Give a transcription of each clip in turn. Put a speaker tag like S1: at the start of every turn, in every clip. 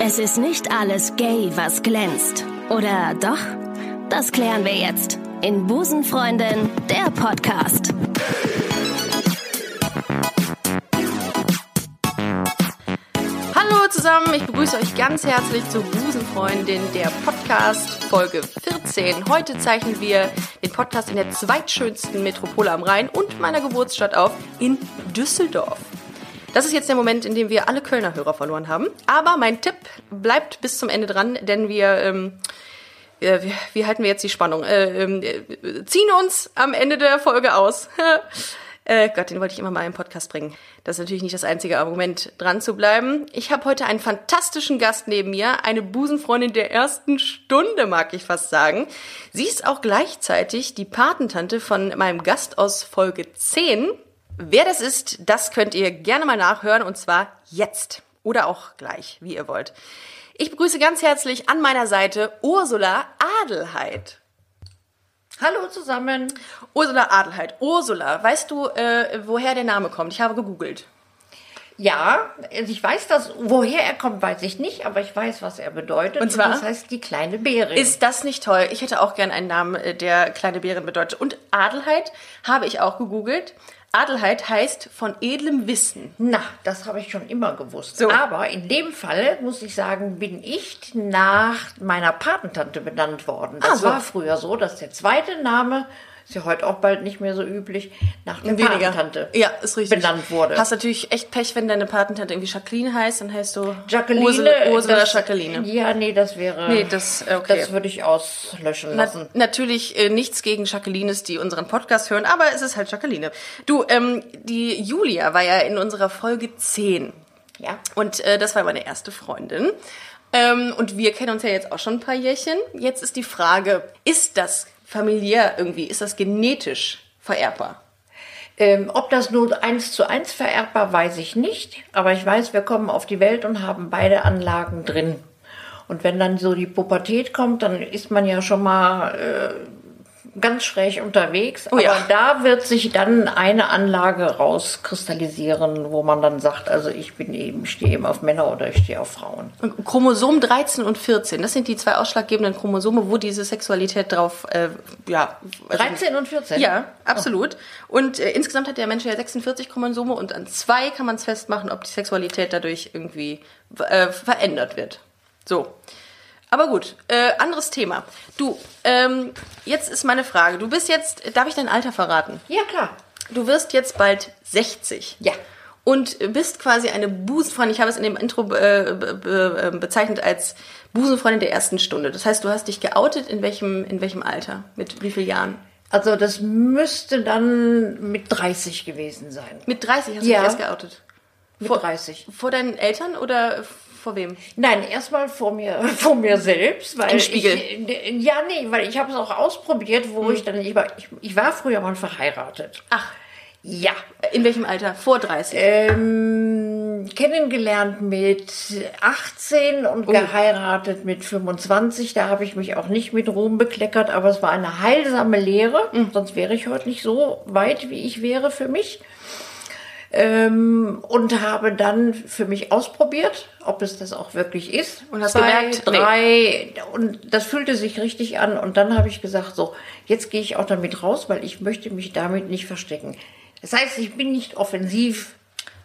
S1: Es ist nicht alles gay, was glänzt. Oder doch? Das klären wir jetzt in Busenfreundin, der Podcast.
S2: Hallo zusammen, ich begrüße euch ganz herzlich zu Busenfreundin, der Podcast, Folge 14. Heute zeichnen wir den Podcast in der zweitschönsten Metropole am Rhein und meiner Geburtsstadt auf, in Düsseldorf. Das ist jetzt der Moment, in dem wir alle Kölner Hörer verloren haben. Aber mein Tipp bleibt bis zum Ende dran, denn wir, ähm, äh, wie- wie halten wir jetzt die Spannung? Äh, ähm, äh, ziehen uns am Ende der Folge aus. äh, Gott, den wollte ich immer mal im Podcast bringen. Das ist natürlich nicht das einzige Argument, dran zu bleiben. Ich habe heute einen fantastischen Gast neben mir, eine Busenfreundin der ersten Stunde, mag ich fast sagen. Sie ist auch gleichzeitig die Patentante von meinem Gast aus Folge 10. Wer das ist, das könnt ihr gerne mal nachhören und zwar jetzt oder auch gleich, wie ihr wollt. Ich begrüße ganz herzlich an meiner Seite Ursula Adelheid.
S3: Hallo zusammen.
S2: Ursula Adelheid. Ursula, weißt du, äh, woher der Name kommt? Ich habe gegoogelt.
S3: Ja, also ich weiß das, woher er kommt, weiß ich nicht, aber ich weiß, was er bedeutet.
S2: Und zwar?
S3: das heißt die kleine Beere.
S2: Ist das nicht toll? Ich hätte auch gern einen Namen, äh, der kleine Bären bedeutet. Und Adelheid habe ich auch gegoogelt. Adelheid heißt von edlem Wissen.
S3: Na, das habe ich schon immer gewusst.
S2: So.
S3: Aber in dem Falle muss ich sagen, bin ich nach meiner Patentante benannt worden. Das
S2: Ah, so.
S3: war früher so, dass der zweite Name, ist ja heute auch bald nicht mehr so üblich, nach der Patentante
S2: Ja, ist richtig.
S3: benannt wurde.
S2: Hast natürlich echt Pech, wenn deine Patentante irgendwie Jacqueline heißt, dann heißt du
S3: Jacqueline.
S2: Ursel- Ursula
S3: das-
S2: Jacqueline.
S3: Ja, nee, das wäre.
S2: Nee, das- okay.
S3: Das würde ich auslöschen
S2: Na,
S3: lassen.
S2: natürlich äh, nichts gegen Jacquelines, die unseren Podcast hören, aber es ist halt Jacqueline. Du, ähm, die Julia war ja in unserer Folge 10
S3: Ja.
S2: und äh, das war meine erste Freundin. Ähm, und wir kennen uns ja jetzt auch schon ein paar Jährchen. Jetzt ist die Frage, ist das familiär irgendwie, ist das genetisch vererbbar?
S3: Ähm, ob das nun eins zu eins vererbbar, weiß ich nicht. Aber ich weiß, wir kommen auf die Welt und haben beide Anlagen drin. Und wenn dann so die Pubertät kommt, dann ist man ja schon mal äh, ganz schräg unterwegs. Aber
S2: Oh ja.
S3: da wird sich dann eine Anlage rauskristallisieren, wo man dann sagt, also ich bin eben, stehe eben auf Männer oder ich stehe auf Frauen.
S2: Und Chromosom 13 und 14, das sind die zwei ausschlaggebenden Chromosome, wo diese Sexualität drauf, äh, ja. also-
S3: 13 und 14?
S2: Ja, absolut. Und äh, insgesamt hat der Mensch ja 46 Chromosome und an zwei kann man es festmachen, ob die Sexualität dadurch irgendwie äh, verändert wird. So. Aber gut, äh, anderes Thema. Du, ähm, jetzt ist meine Frage. Du bist jetzt, darf ich dein Alter verraten?
S3: Ja, klar.
S2: Du wirst jetzt bald 60.
S3: Ja.
S2: Und bist quasi eine Busenfreundin. Ich habe es in dem Intro äh, be, be, äh, bezeichnet als Busenfreundin der ersten Stunde. Das heißt, du hast dich geoutet in welchem, in welchem Alter? Mit wie vielen Jahren?
S3: Also das müsste dann mit 30 gewesen sein.
S2: Mit 30 hast
S3: Ja.
S2: du dich erst geoutet.
S3: Mit 30.
S2: Vor deinen Eltern oder vor wem?
S3: Nein, erstmal vor mir, vor mir selbst, weil
S2: Im Spiegel. Hm.
S3: Ich, äh, ja, nee, weil ich habe es auch ausprobiert, wo ich dann ich war, ich, ich war früher mal verheiratet.
S2: Ach,
S3: Ja,
S2: in welchem Alter? Vor 30.
S3: Äh. ähm, kennengelernt mit 18
S2: Oh.
S3: und geheiratet mit 25. Da habe ich mich auch nicht mit Ruhm bekleckert, aber es war eine heilsame Lehre.
S2: Hm.
S3: Sonst wäre ich heute nicht so weit, wie ich wäre für mich. Ähm, und habe dann für mich ausprobiert, ob es das auch wirklich ist.
S2: Und hast
S3: Zwei,
S2: gemerkt, nee.
S3: drei, und das fühlte sich richtig an. Und dann habe ich gesagt, so, jetzt gehe ich auch damit raus, weil ich möchte mich damit nicht verstecken. Das heißt, ich bin nicht offensiv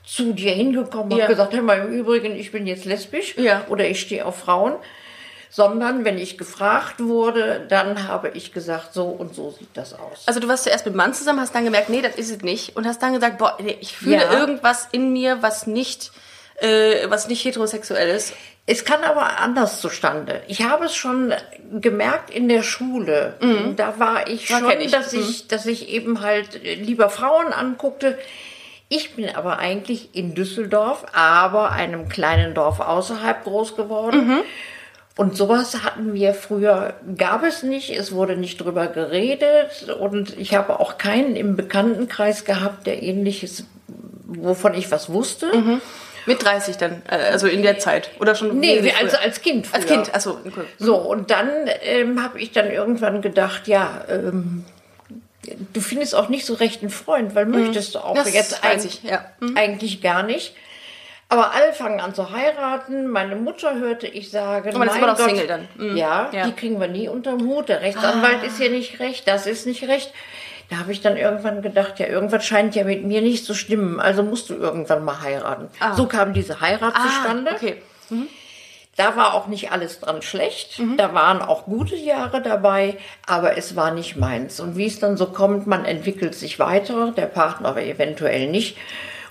S3: zu dir hingekommen und
S2: Ja.
S3: habe gesagt, hör mal, im Übrigen, ich bin jetzt lesbisch
S2: Ja.
S3: oder ich stehe auf Frauen. Sondern wenn ich gefragt wurde, dann habe ich gesagt, so und so sieht das aus.
S2: Also du warst zuerst mit Mann zusammen, hast dann gemerkt, nee, das ist es nicht. Und hast dann gesagt, boah, nee, ich fühle
S3: Ja.
S2: irgendwas in mir, was nicht, äh, was nicht heterosexuell ist.
S3: Es kann aber anders zustande. Ich habe es schon gemerkt in der Schule. Da war Mhm. ich Mhm.
S2: Da
S3: schon,
S2: kenn ich.
S3: dass ich, dass ich eben halt äh, lieber Frauen anguckte. Ich bin aber eigentlich in Düsseldorf, aber einem kleinen Dorf außerhalb groß geworden. Und sowas hatten wir früher, gab es nicht, es wurde nicht drüber geredet und ich habe auch keinen im Bekanntenkreis gehabt, der ähnliches, wovon ich was wusste.
S2: Mit 30 dann, äh, also in der Zeit. Oder schon
S3: Nee,
S2: wesentlich
S3: wir- also
S2: früher?
S3: als Kind. Früher.
S2: Als Kind, achso.
S3: So, und dann ähm, habe ich dann irgendwann gedacht, ja, ähm, du findest auch nicht so recht einen Freund, weil möchtest du auch
S2: Mhm. Das
S3: jetzt
S2: weiß
S3: eig-
S2: ich, ja. Mhm.
S3: eigentlich gar nicht. Aber alle fangen an zu heiraten. Meine Mutter hörte ich sagen,
S2: Aber das ist
S3: mein
S2: immer noch
S3: Gott,
S2: Single dann. Mhm.
S3: Ja,
S2: Ja. Ah.
S3: die kriegen wir nie unterm Hut. Der Rechtsanwalt ist hier nicht recht, das ist nicht recht. Da habe ich dann irgendwann gedacht, ja, irgendwas scheint ja mit mir nicht zu stimmen. Also musst du irgendwann mal heiraten. So kam diese Heirat zustande.
S2: Ah. okay.
S3: Da war auch nicht alles dran schlecht.
S2: Mhm.
S3: Da waren auch gute Jahre dabei, aber es war nicht meins. Und wie es dann so kommt, man entwickelt sich weiter, der Partner aber eventuell nicht.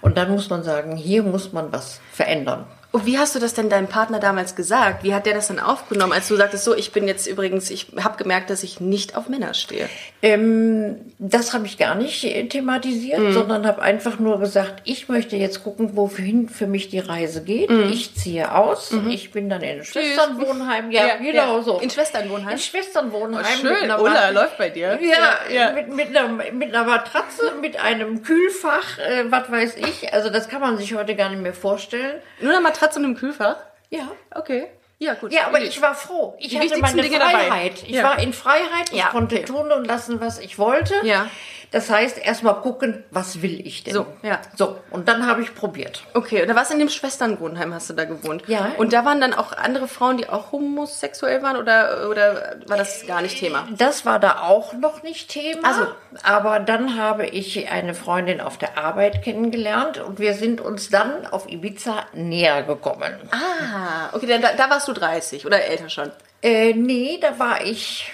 S3: Und dann muss man sagen, hier muss man was verändern.
S2: Und wie hast du das denn deinem Partner damals gesagt? Wie hat der das dann aufgenommen, als du sagtest, so, ich bin jetzt übrigens, ich habe gemerkt, dass ich nicht auf Männer stehe?
S3: Ähm, das habe ich gar nicht äh, thematisiert,
S2: Mhm.
S3: sondern habe einfach nur gesagt, ich möchte jetzt gucken, wohin für mich die Reise geht.
S2: Mhm.
S3: Ich ziehe aus. Ich bin dann in Schwesternwohnheim. Ja,
S2: Ja,
S3: genau
S2: ja.
S3: so.
S2: In Schwesternwohnheim?
S3: In Schwesternwohnheim.
S2: Oh, schön.
S3: mit einer
S2: Ulla
S3: Mat-
S2: läuft bei dir.
S3: Ja, äh,
S2: Ja, ja.
S3: Mit, mit, einer, mit einer Matratze, mit einem Kühlfach, äh, was weiß ich. Also das kann man sich heute gar nicht mehr vorstellen.
S2: Nur eine Matratze und im Kühlfach?
S3: Ja.
S2: Okay. Ja, gut.
S3: Ja, aber ich war froh. Ich hatte
S2: wichtigsten
S3: meine
S2: Dinge dabei.
S3: Freiheit. Ich
S2: Ja.
S3: war in Freiheit. Ich
S2: Ja,
S3: konnte
S2: okay.
S3: tun und lassen, was ich wollte.
S2: Ja.
S3: Das heißt, erstmal gucken, was will ich denn?
S2: So, ja.
S3: So, und dann habe ich probiert.
S2: Okay, und da warst du in dem Schwesternwohnheim, hast du da gewohnt.
S3: Ja.
S2: Und da waren dann auch andere Frauen, die auch homosexuell waren oder, oder war das gar nicht Thema?
S3: Das war da auch noch nicht Thema.
S2: Ach so.
S3: Aber dann habe ich eine Freundin auf der Arbeit kennengelernt und wir sind uns dann auf Ibiza näher gekommen.
S2: Ah, okay, dann, da, da warst du 30 oder älter schon.
S3: Äh, nee, da war ich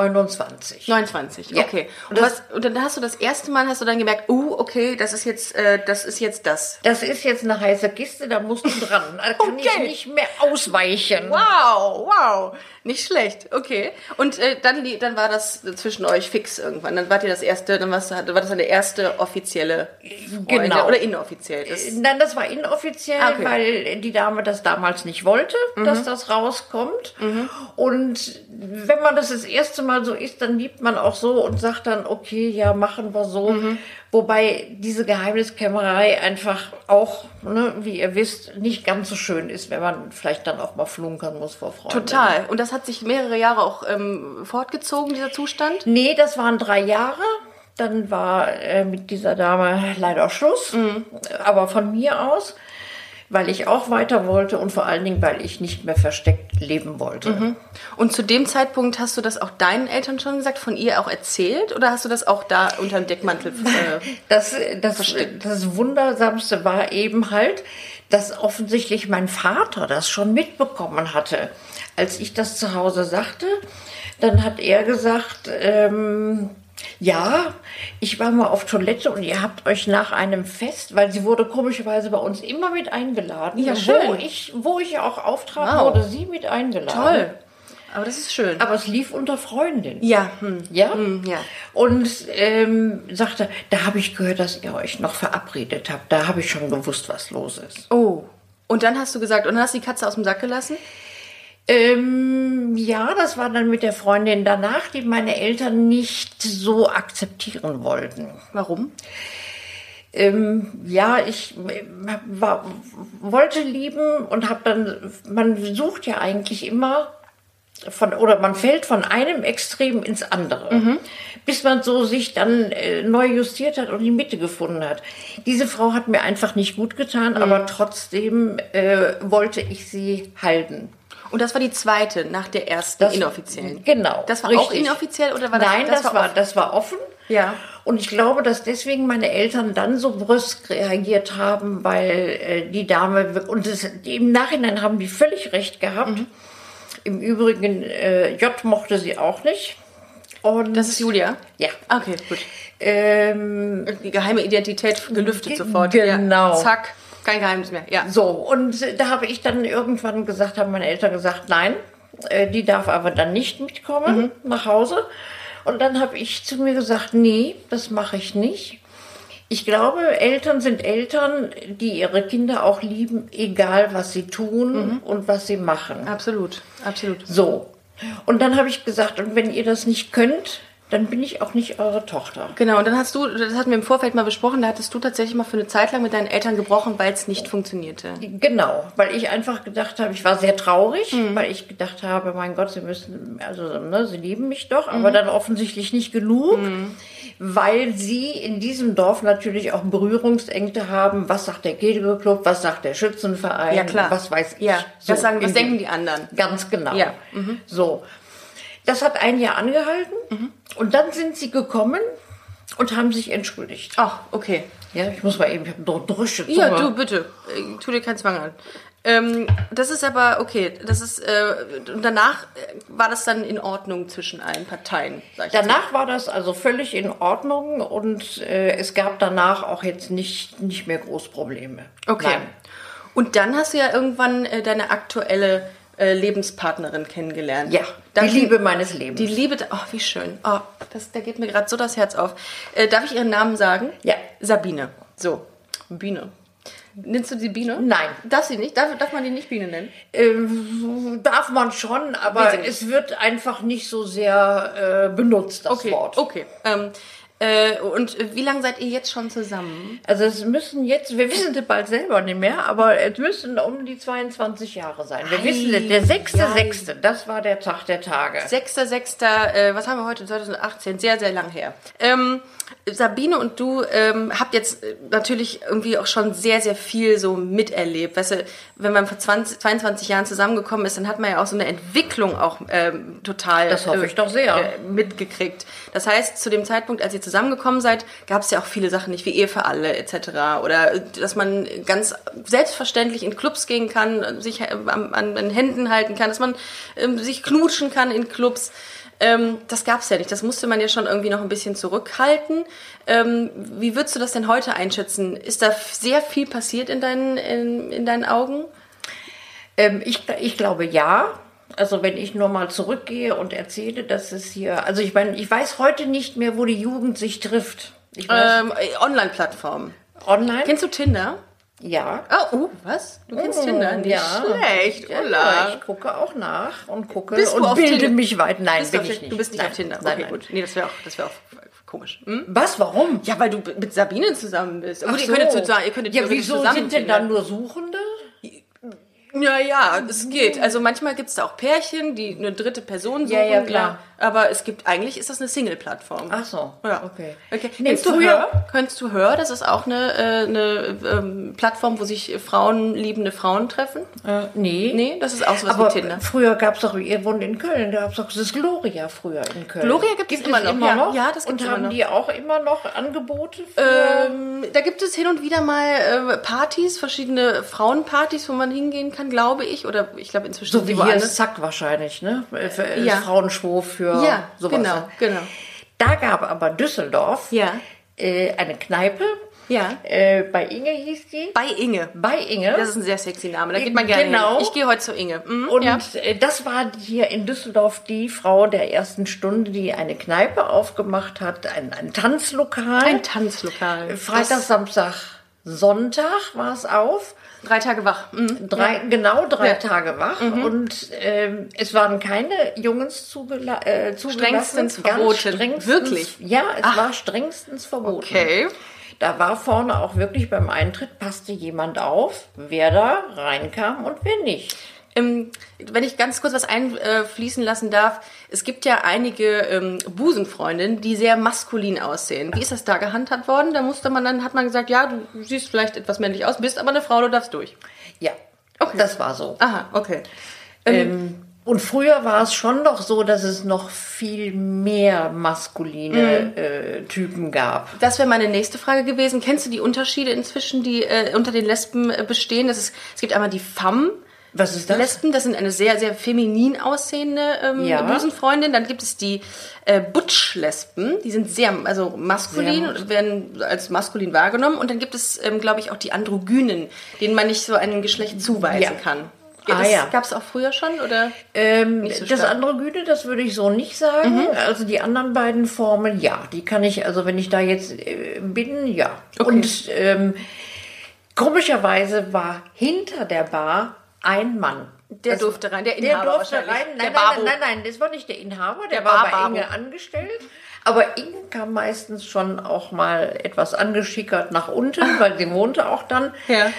S3: 29.
S2: 29,
S3: Ja.
S2: okay. Und,
S3: Und das-
S2: was, und dann hast du das erste Mal, hast du dann gemerkt, oh, okay, das ist jetzt, äh, das ist jetzt das.
S3: Das ist jetzt eine heiße Kiste, da musst du dran. Da kann ich
S2: Okay.
S3: nicht mehr ausweichen.
S2: Wow, wow, nicht schlecht, okay. Und äh, dann, li- dann war das zwischen euch fix irgendwann. Dann wart ihr das erste, dann warst, du- war das dann der erste offizielle Freunde
S3: Genau.
S2: oder inoffiziell. Das,
S3: Nein, das war inoffiziell,
S2: Ah, okay. Mhm.
S3: weil die Dame das damals nicht wollte, dass das rauskommt. Und wenn man das das erste Mal so ist, dann liebt man auch so und sagt dann, okay, ja, machen wir so.
S2: Mhm.
S3: Wobei diese Geheimniskämmerei einfach auch, ne, wie ihr wisst, nicht ganz so schön ist, wenn man vielleicht dann auch mal flunkern muss vor Freunden.
S2: Total. Und das hat sich mehrere Jahre auch ähm, fortgezogen, dieser Zustand.
S3: Nee, das waren drei Jahre. Dann war äh, mit dieser Dame leider Schluss, aber von mir aus, weil ich auch weiter wollte und vor allen Dingen, weil ich nicht mehr versteckt leben wollte.
S2: Und zu dem Zeitpunkt hast du das auch deinen Eltern schon gesagt, von ihr auch erzählt? Oder hast du das auch da unter dem Deckmantel? Äh,
S3: Das, das, das Wundersamste war eben halt, dass offensichtlich mein Vater das schon mitbekommen hatte. Als ich das zu Hause sagte, dann hat er gesagt, ähm, ja, ich war mal auf Toilette und ihr habt euch nach einem Fest, weil sie wurde komischerweise bei uns immer mit eingeladen.
S2: Ja, schön.
S3: Wo ich, wo ich auch auftrat,
S2: Wow.
S3: wurde sie mit eingeladen.
S2: toll. Aber das ist schön.
S3: Aber es lief unter Freundinnen.
S2: ja, hm.
S3: Ja?
S2: ja.
S3: Und ähm, sagte, da habe ich gehört, dass ihr euch noch verabredet habt. Da habe ich schon gewusst, was los ist.
S2: Oh. Und dann hast du gesagt, und dann hast du die Katze aus dem Sack gelassen?
S3: Ähm, ja, das war dann mit der Freundin danach, die meine Eltern nicht so akzeptieren wollten.
S2: Warum?
S3: Ähm, ja, ich äh, war, wollte lieben und habe dann, man sucht ja eigentlich immer von, oder man fällt von einem Extrem ins andere,
S2: Mhm.
S3: bis man so sich dann äh, neu justiert hat und die Mitte gefunden hat. Diese Frau hat mir einfach nicht gut getan,
S2: Mhm.
S3: aber trotzdem äh, wollte ich sie halten.
S2: Und das war die zweite nach der ersten
S3: Das-
S2: inoffiziellen.
S3: Genau.
S2: Das war auch
S3: richtig.
S2: inoffiziell oder war das
S3: Nein, das, war,
S2: offen?
S3: das war offen.
S2: Ja.
S3: Und ich glaube, dass deswegen meine Eltern dann so brüsk reagiert haben, weil äh, die Dame wir- und es, im Nachhinein haben die völlig recht gehabt.
S2: Mhm.
S3: Im Übrigen äh, J mochte sie auch nicht. Und
S2: Das ist Julia?
S3: ja.
S2: Okay, gut.
S3: Ähm,
S2: Die geheime Identität gelüftet
S3: Ge-
S2: sofort.
S3: genau.
S2: Ja. Zack, kein Geheimnis mehr. Ja.
S3: So, und äh, da habe ich dann irgendwann gesagt, haben meine Eltern gesagt, nein, äh, die darf aber dann nicht mitkommen nach Hause. Und dann habe ich zu mir gesagt, nee, das mache ich nicht. Ich glaube, Eltern sind Eltern, die ihre Kinder auch lieben, egal was sie tun und was sie machen.
S2: Absolut, absolut.
S3: So. Und dann habe ich gesagt, und wenn ihr das nicht könnt, dann bin ich auch nicht eure Tochter.
S2: Genau, und dann hast du, das hatten wir im Vorfeld mal besprochen, da hattest du tatsächlich mal für eine Zeit lang mit deinen Eltern gebrochen, weil es nicht funktionierte.
S3: Genau, weil ich einfach gedacht habe, ich war sehr traurig,
S2: Mhm.
S3: weil ich gedacht
S2: Mhm.
S3: habe, mein Gott, sie müssen, also ne, sie lieben mich doch, aber dann offensichtlich nicht genug, weil sie in diesem Dorf natürlich auch Berührungsängste haben. Was sagt der Kegelclub? Was sagt der Schützenverein?
S2: Ja, klar.
S3: Was weiß ich?
S2: Ja, was sagen, was
S3: in die-
S2: denken die anderen?
S3: Ganz genau.
S2: Ja, mhm.
S3: So. Das hat ein Jahr angehalten und dann sind sie gekommen und haben sich entschuldigt.
S2: Ach, okay.
S3: Ja, ich muss mal eben, ich habe noch Drüsche.
S2: Ja,
S3: Zunge.
S2: du bitte. Äh, Tu dir keinen Zwang an. Ähm, das ist aber okay. Das ist äh, und danach äh, war das dann in Ordnung zwischen allen Parteien. Sag ich jetzt
S3: Danach war das also völlig in Ordnung und äh, es gab danach auch jetzt nicht, nicht mehr groß Probleme.
S2: mal. Okay.
S3: Nein.
S2: Und dann hast du ja irgendwann äh, deine aktuelle äh, Lebenspartnerin kennengelernt.
S3: Ja,
S2: Darf
S3: die
S2: ich-
S3: Liebe meines Lebens.
S2: Die Liebe, oh, wie schön. Oh, das, da geht mir gerade so das Herz auf. Äh, darf ich ihren Namen sagen?
S3: Ja.
S2: Sabine. So, Biene. Nennst du die Biene?
S3: Nein.
S2: Darf sie nicht? Darf, darf man die nicht Biene nennen?
S3: Ähm, darf man schon,
S2: Weiß ich
S3: aber
S2: nicht.
S3: es wird einfach nicht so sehr äh, benutzt, das
S2: Okay.
S3: Wort.
S2: Okay. Ähm, äh, und äh, wie lange seid ihr jetzt schon zusammen?
S3: Also es müssen jetzt, wir wissen es bald selber nicht mehr, aber es müssen um die 22 Jahre sein. Wir
S2: Ei,
S3: wissen es, der sechste,
S2: ei.
S3: sechste, das war der Tag der Tage.
S2: 6.6., äh, was haben wir heute? 2018, sehr, sehr lang her. Ähm, Sabine und du ähm, habt jetzt äh, natürlich irgendwie auch schon sehr, sehr viel so miterlebt. Weißt du, wenn man vor 20, 22 Jahren zusammengekommen ist, dann hat man ja auch so eine Entwicklung auch ähm, total
S3: Das hoffe ich doch sehr.
S2: äh, mitgekriegt. Das heißt, zu dem Zeitpunkt, als ihr zusammengekommen seid, gab es ja auch viele Sachen nicht, wie Ehe für alle etc. Oder äh, dass man ganz selbstverständlich in Clubs gehen kann, sich äh, an, an den Händen halten kann, dass man ähm, sich knutschen kann in Clubs. Ähm, das gab es ja nicht. Das musste man ja schon irgendwie noch ein bisschen zurückhalten. Ähm, wie würdest du das denn heute einschätzen? Ist da f- sehr viel passiert in deinen, in, in deinen Augen?
S3: Ähm, ich, ich glaube ja. Also wenn ich nur mal zurückgehe und erzähle, dass es hier, also ich meine, ich weiß heute nicht mehr, wo die Jugend sich trifft. Ich weiß,
S2: Ähm, äh, Online-Plattformen.
S3: online?
S2: Kennst du Tinder?
S3: ja.
S2: Oh, oh, was? Du kennst Tinder? Nicht
S3: ja.
S2: schlecht,
S3: Ja,
S2: Ulla.
S3: ich gucke auch nach und gucke
S2: Bist du
S3: und
S2: auf
S3: bilde
S2: Tinder?
S3: mich weit. Nein,
S2: Bist du
S3: bin
S2: auf
S3: ich
S2: Tin-
S3: nicht.
S2: Du bist nicht
S3: nein,
S2: auf Tinder.
S3: Nein,
S2: okay,
S3: nein.
S2: gut. Nee, das wäre auch, das wär auch komisch. Hm?
S3: Was? Warum?
S2: Ja, weil du b- mit Sabine zusammen bist. Aber
S3: Ach
S2: ihr
S3: so.
S2: könntet zusammen, ihr könntet
S3: ja,
S2: theoretisch
S3: wieso
S2: zusammen
S3: sind denn
S2: Tinder-
S3: dann nur Suchende?
S2: Ja, ja, es geht. Also manchmal gibt es da auch Pärchen, die eine dritte Person suchen.
S3: Ja, ja, klar.
S2: Aber es gibt, eigentlich ist das eine Single-Plattform.
S3: Ach so,
S2: Ja.
S3: okay.
S2: okay.
S3: Nee,
S2: kennst, du
S3: früher-
S2: Hör? kennst du Hör? Das ist auch eine, äh, eine ähm, Plattform, wo sich Frauen, liebende Frauen treffen.
S3: Äh, nee.
S2: Nee, das ist auch sowas
S3: Aber
S2: wie Tinder.
S3: früher gab es doch, ihr wohnt in Köln, da gab es doch das Gloria früher in Köln.
S2: Gloria gibt's immer noch, ja. Ja, das gibt's
S3: Und
S2: immer
S3: haben
S2: noch.
S3: die auch immer noch Angebote für...
S2: Ähm, da gibt es hin und wieder mal äh, Partys, verschiedene Frauenpartys, wo man hingehen kann, glaube ich. Oder ich glaube inzwischen
S3: so wie
S2: sind die
S3: hier
S2: woanders.
S3: ist Zack wahrscheinlich, ne? Äh, Für äh,
S2: Ja.
S3: Frauenschwurf für
S2: Ja,
S3: sowas. ne?
S2: genau, genau.
S3: Da gab aber Düsseldorf
S2: Ja.
S3: äh, eine Kneipe.
S2: Ja.
S3: Äh, bei Inge hieß die.
S2: Bei Inge.
S3: Bei Inge.
S2: Das ist ein sehr sexy Name, da geht man gerne
S3: Genau.
S2: hin. Ich gehe heute zu Inge. Mhm,
S3: Und
S2: ja.
S3: äh, das war hier in Düsseldorf die Frau der ersten Stunde, die eine Kneipe aufgemacht hat, ein, ein Tanzlokal.
S2: Ein Tanzlokal.
S3: Freitag, Samstag, Sonntag war es auf.
S2: Das- Drei Tage wach. Mhm.
S3: Drei, Genau drei
S2: Ja. Mhm.
S3: Tage wach. Und ähm, es waren keine Jungs zugela äh, zugelassen.
S2: Strengstens
S3: ganz
S2: verboten.
S3: strengstens-
S2: Wirklich?
S3: Ja, es war strengstens verboten.
S2: Okay.
S3: Da war vorne auch wirklich beim Eintritt, passte jemand auf, wer da reinkam und wer nicht.
S2: Ähm, wenn ich ganz kurz was einfließen lassen darf, es gibt ja einige ähm, Busenfreundinnen, die sehr maskulin aussehen. Wie ist das da gehandhabt worden? Da musste man dann, hat man gesagt, ja, du siehst vielleicht etwas männlich aus, bist aber eine Frau, du darfst durch.
S3: Ja,
S2: Okay.
S3: das war so.
S2: Aha, okay.
S3: Und früher war es schon doch so, dass es noch viel mehr maskuline
S2: Mhm.
S3: äh, Typen gab.
S2: Das wäre meine nächste Frage gewesen. Kennst du die Unterschiede inzwischen, die äh, unter den Lesben äh, bestehen? Das ist, es gibt einmal die Femme.
S3: Was ist das?
S2: Lesben, das sind eine sehr, sehr feminin aussehende ähm,
S3: Ja.
S2: Busenfreundin. Dann gibt es die äh, Butch-Lesben, die sind sehr also maskulin, und werden als maskulin wahrgenommen. Und dann gibt es, ähm, glaube ich, auch die Androgynen, denen man nicht so einem Geschlecht zuweisen
S3: Ja.
S2: kann.
S3: Ah,
S2: das
S3: ja.
S2: Gab es auch früher schon? Oder?
S3: Ähm,
S2: so
S3: das
S2: stark. Mhm.
S3: andere Güte, das würde ich so nicht sagen. Also die anderen beiden Formen, ja, die kann ich, also wenn ich da jetzt äh, bin, ja. Und ähm, komischerweise war hinter der Bar ein Mann. Also
S2: Der durfte rein, der
S3: Der
S2: Inhaber
S3: durfte
S2: wahrscheinlich.
S3: rein. Nein,
S2: Der
S3: nein,
S2: Babo.
S3: nein, nein, nein, das war nicht der Inhaber, der,
S2: Der
S3: war bei
S2: Bar-Babo.
S3: Inge angestellt. Aber Inge kam meistens schon auch mal etwas angeschickert nach unten, weil sie wohnte auch dann.
S2: Ja.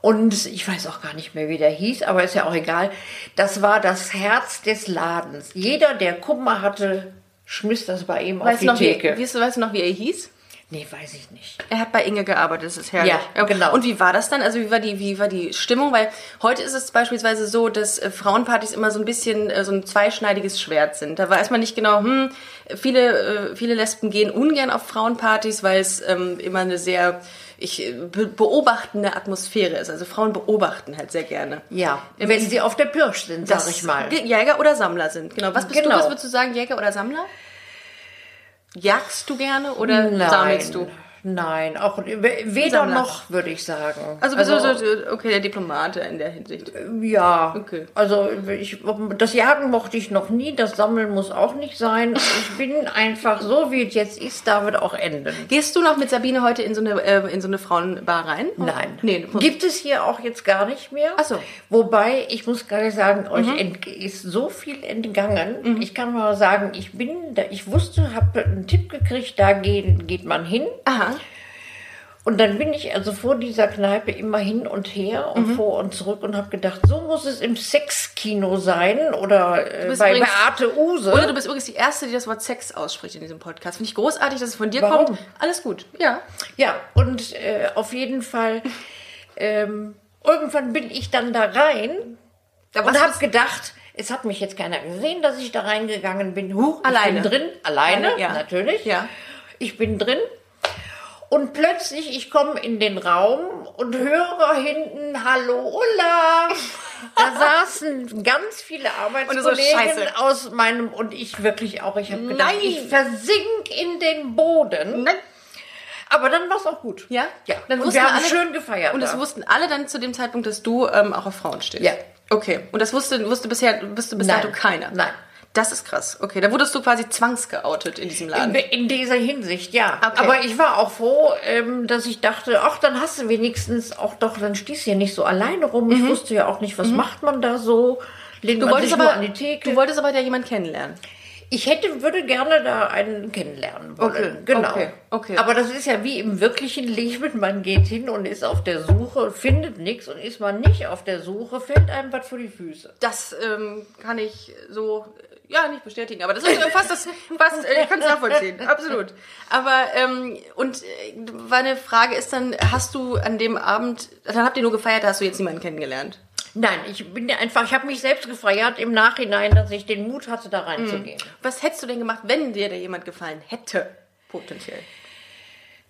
S3: Und ich weiß auch gar nicht mehr, wie der hieß, aber ist ja auch egal. Das war das Herz des Ladens. Jeder, der Kummer hatte, schmiss das bei ihm auf
S2: Weißt
S3: die
S2: du, noch, wie,
S3: Theke.
S2: weißt, du- weißt du noch, wie er hieß?
S3: nee, weiß ich nicht.
S2: Er hat bei Inge gearbeitet, das ist herrlich.
S3: Ja, genau.
S2: Und wie war das dann? Also wie war die, wie war die Stimmung? Weil heute ist es beispielsweise so, dass äh, Frauenpartys immer so ein bisschen äh, so ein zweischneidiges Schwert sind. Da weiß man nicht genau, hm, viele, äh, viele Lesben gehen ungern auf Frauenpartys, weil es ähm, immer eine sehr ich, äh, be beobachtende Atmosphäre ist. Also Frauen beobachten halt sehr gerne.
S3: Ja, wenn sie auf der Pirsch sind, sag ich mal.
S2: Ge- Jäger oder Sammler sind. Genau. Was bist du?
S3: Genau.
S2: Was würdest du sagen, Jäger oder Sammler? Jagst du gerne oder
S3: Nein.
S2: sammelst du?
S3: Nein, auch weder
S2: Sammler.
S3: noch, würde ich sagen.
S2: Also, also, also okay, der Diplomate in der Hinsicht.
S3: Ja,
S2: Okay.
S3: also ich, das Jagen mochte ich noch nie, das Sammeln muss auch nicht sein. Ich bin einfach so, wie es jetzt ist, damit auch enden.
S2: Gehst du noch mit Sabine heute in so eine, äh, in so eine Frauenbar rein?
S3: Nein.
S2: Nee, du-
S3: Gibt es hier auch jetzt gar nicht mehr.
S2: Ach so. Mhm.
S3: Wobei, ich muss gerade sagen, euch ent- ist so viel entgangen. Ich kann mal sagen, ich bin, da, ich wusste, habe einen Tipp gekriegt, da gehen, geht man hin.
S2: Aha.
S3: Und dann bin ich also vor dieser Kneipe immer hin und her
S2: Mhm.
S3: und vor und zurück und habe gedacht, so muss es im Sexkino sein oder äh,
S2: bist
S3: bei
S2: übrigens-
S3: Beate Use.
S2: Oder du bist übrigens die Erste, die das Wort Sex ausspricht in diesem Podcast. Finde ich großartig, dass es von dir
S3: Warum?
S2: kommt. Alles gut. Ja.
S3: Ja, und äh, auf jeden Fall, ähm, irgendwann bin ich dann da rein
S2: Da
S3: und
S2: was
S3: habe
S2: bist-
S3: gedacht, es hat mich jetzt keiner gesehen, dass ich da reingegangen bin. Huch,
S2: Alleine.
S3: Ich bin drin, alleine,
S2: Alleine, ja.
S3: natürlich.
S2: Ja.
S3: Ich bin drin. Und plötzlich, ich komme in den Raum und höre hinten, hallo Ulla. Da saßen ganz viele
S2: so,
S3: Arbeitskollegen
S2: Scheiße.
S3: aus meinem und ich wirklich auch. Ich habe gedacht,
S2: Nein.
S3: ich versink in den Boden.
S2: Nein.
S3: Aber dann war es auch gut.
S2: Ja?
S3: Ja.
S2: Dann
S3: und
S2: wussten
S3: wir haben
S2: alle-
S3: schön gefeiert.
S2: Und das
S3: da.
S2: wussten alle dann zu dem Zeitpunkt, dass du ähm, auch auf Frauen stehst.
S3: Ja.
S2: Okay. Und das wusste, wusste bisher, wusste bis
S3: Nein.
S2: dato keiner.
S3: Nein.
S2: Das ist krass. Okay, da wurdest du quasi zwangsgeoutet in diesem Laden.
S3: In, in dieser Hinsicht, ja.
S2: Okay.
S3: Aber ich war auch froh, ähm, dass ich dachte, ach, dann hast du wenigstens auch doch, dann stehst du ja nicht so alleine rum. Ich wusste ja auch nicht, was macht man da so. Lehnt
S2: Mhm. Du
S3: man
S2: wolltest,
S3: sich nur
S2: aber,
S3: an die Theke.
S2: du wolltest aber da jemanden kennenlernen.
S3: ich hätte, würde gerne da einen kennenlernen wollen.
S2: Okay,
S3: Genau.
S2: okay, okay.
S3: Aber das ist ja wie im wirklichen Leben. Man geht hin und ist auf der Suche, findet nichts und ist man nicht auf der Suche, fällt einem was vor die Füße.
S2: Das ähm, kann ich so äh, ja nicht bestätigen, aber das ist äh, fast das fast äh, ich kann es nachvollziehen, absolut. Aber ähm, und äh, meine Frage ist dann, hast du an dem Abend, dann habt ihr nur gefeiert, da hast du jetzt niemanden kennengelernt?
S3: Nein, ich bin ja einfach, ich habe mich selbst gefeiert im Nachhinein, dass ich den Mut hatte, da
S2: Mhm.
S3: reinzugehen.
S2: Was hättest du denn gemacht, wenn dir da jemand gefallen hätte, potenziell?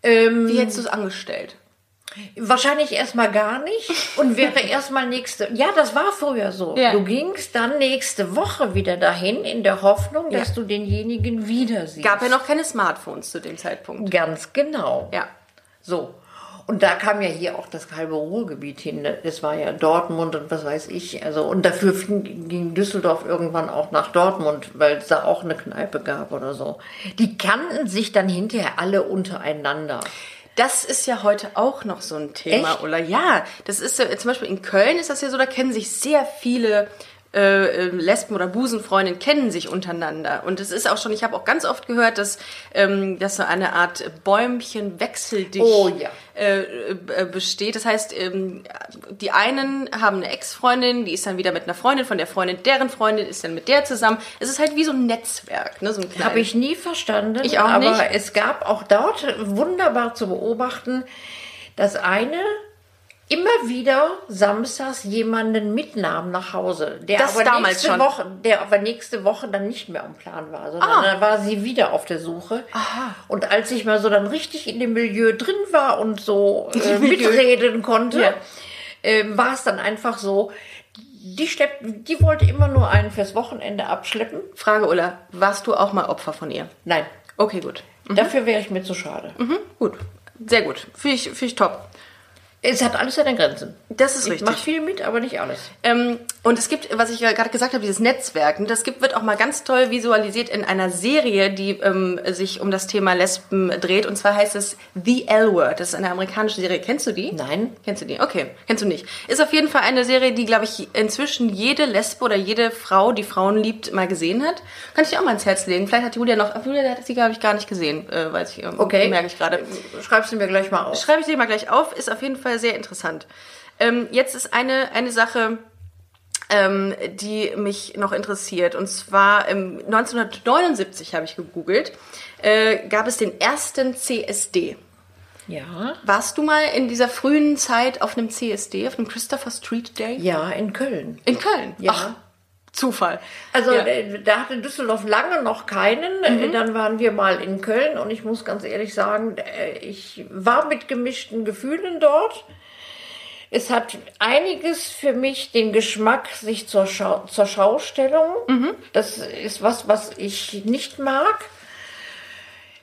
S3: Ähm,
S2: Wie hättest du es angestellt?
S3: Wahrscheinlich erstmal gar nicht und wäre erstmal nächste. Ja, das war früher so.
S2: Ja.
S3: Du gingst dann nächste Woche wieder dahin in der Hoffnung, dass
S2: Ja.
S3: du denjenigen wieder siehst.
S2: Gab ja noch keine Smartphones zu dem Zeitpunkt.
S3: Ganz genau.
S2: Ja.
S3: So. Und da kam ja hier auch das halbe Ruhrgebiet hin. ne? Das war ja Dortmund und was weiß ich. Also, und dafür fing- ging Düsseldorf irgendwann auch nach Dortmund, weil es da auch eine Kneipe gab oder so. Die kannten sich dann hinterher alle untereinander.
S2: Das ist ja heute auch noch so ein Thema,
S3: Echt?
S2: oder? Ja, das ist ja, zum Beispiel in Köln ist das ja so, da kennen sich sehr viele äh, äh, Lesben oder Busenfreundinnen kennen sich untereinander. Und es ist auch schon, ich habe auch ganz oft gehört, dass, ähm, dass so eine Art Bäumchen wechselt dich
S3: Oh ja.
S2: äh, äh, besteht. Das heißt, ähm, die einen haben eine Ex-Freundin, die ist dann wieder mit einer Freundin von der Freundin, deren Freundin ist dann mit der zusammen. Es ist halt wie so ein Netzwerk, ne? So ein kleines-
S3: Habe ich nie verstanden.
S2: Ich auch
S3: aber
S2: nicht.
S3: es gab auch dort wunderbar zu beobachten, dass eine immer wieder samstags jemanden mitnahm nach Hause, der
S2: Das
S3: aber
S2: damals
S3: nächste
S2: schon.
S3: Woche, der aber nächste Woche dann nicht mehr am Plan war, sondern
S2: Ah.
S3: dann war sie wieder auf der Suche. Und als ich mal so dann richtig in dem Milieu drin war und so äh, mitreden konnte,
S2: Ja.
S3: ähm, war es dann einfach so. Die, schlepp, die wollte immer nur einen fürs Wochenende abschleppen.
S2: Frage, Ulla, warst du auch mal Opfer von ihr?
S3: Nein,
S2: Okay, gut.
S3: Dafür wäre ich mir zu schade.
S2: Hm? Gut, sehr gut. Finde ich, finde ich top.
S3: Es hat alles seine Grenzen.
S2: Das ist
S3: ich
S2: richtig.
S3: mache viel mit, aber nicht alles.
S2: Ähm, und es gibt, was ich ja gerade gesagt habe, dieses Netzwerk, ne, das gibt, wird auch mal ganz toll visualisiert in einer Serie, die ähm, sich um das Thema Lesben dreht. Und zwar heißt es The L-Word. Das ist eine amerikanische Serie. Kennst du die?
S3: Nein.
S2: Kennst du die? Okay, kennst du nicht. Ist auf jeden Fall eine Serie, die, glaube ich, inzwischen jede Lesbe oder jede Frau, die Frauen liebt, mal gesehen hat. Kann ich dir auch mal ins Herz legen. Vielleicht hat Julia noch, Julia hat sie, glaube ich, gar nicht gesehen, äh, weiß ich, ähm,
S3: Okay.
S2: merke ich gerade.
S3: Schreib sie mir gleich mal auf.
S2: schreibe ich dir mal gleich auf, ist auf jeden Fall sehr interessant. Ähm, jetzt ist eine, eine Sache, ähm, die mich noch interessiert. Und zwar im 1979 habe ich gegoogelt, äh, gab es den ersten CSD.
S3: Ja.
S2: Warst du mal in dieser frühen Zeit auf einem CSD, auf einem Christopher Street Day?
S3: Ja, in Köln.
S2: In Köln?
S3: Ja.
S2: Ach, Zufall.
S3: Also
S2: ja. Mhm.
S3: äh, da hatte Düsseldorf lange noch keinen. Äh, Dann waren wir mal in Köln und ich muss ganz ehrlich sagen, äh, ich war mit gemischten Gefühlen dort. Es hat einiges für mich den Geschmack sich zur, Schau zur Schaustellung.
S2: Mhm.
S3: Das ist was, was ich nicht mag.